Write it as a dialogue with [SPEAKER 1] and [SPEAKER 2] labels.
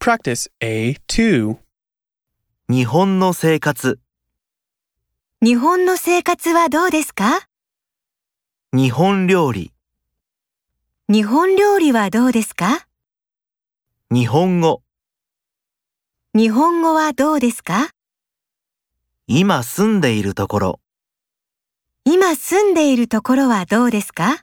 [SPEAKER 1] Practice A2.
[SPEAKER 2] 日本の生活、
[SPEAKER 3] 日本の生活はどうですか
[SPEAKER 2] 日本料理、
[SPEAKER 3] 日本料理はどうですか
[SPEAKER 2] 日本語、
[SPEAKER 3] 日本語はどうですか
[SPEAKER 2] 今住んでいるところ。
[SPEAKER 3] 今住んでいるところはどうですか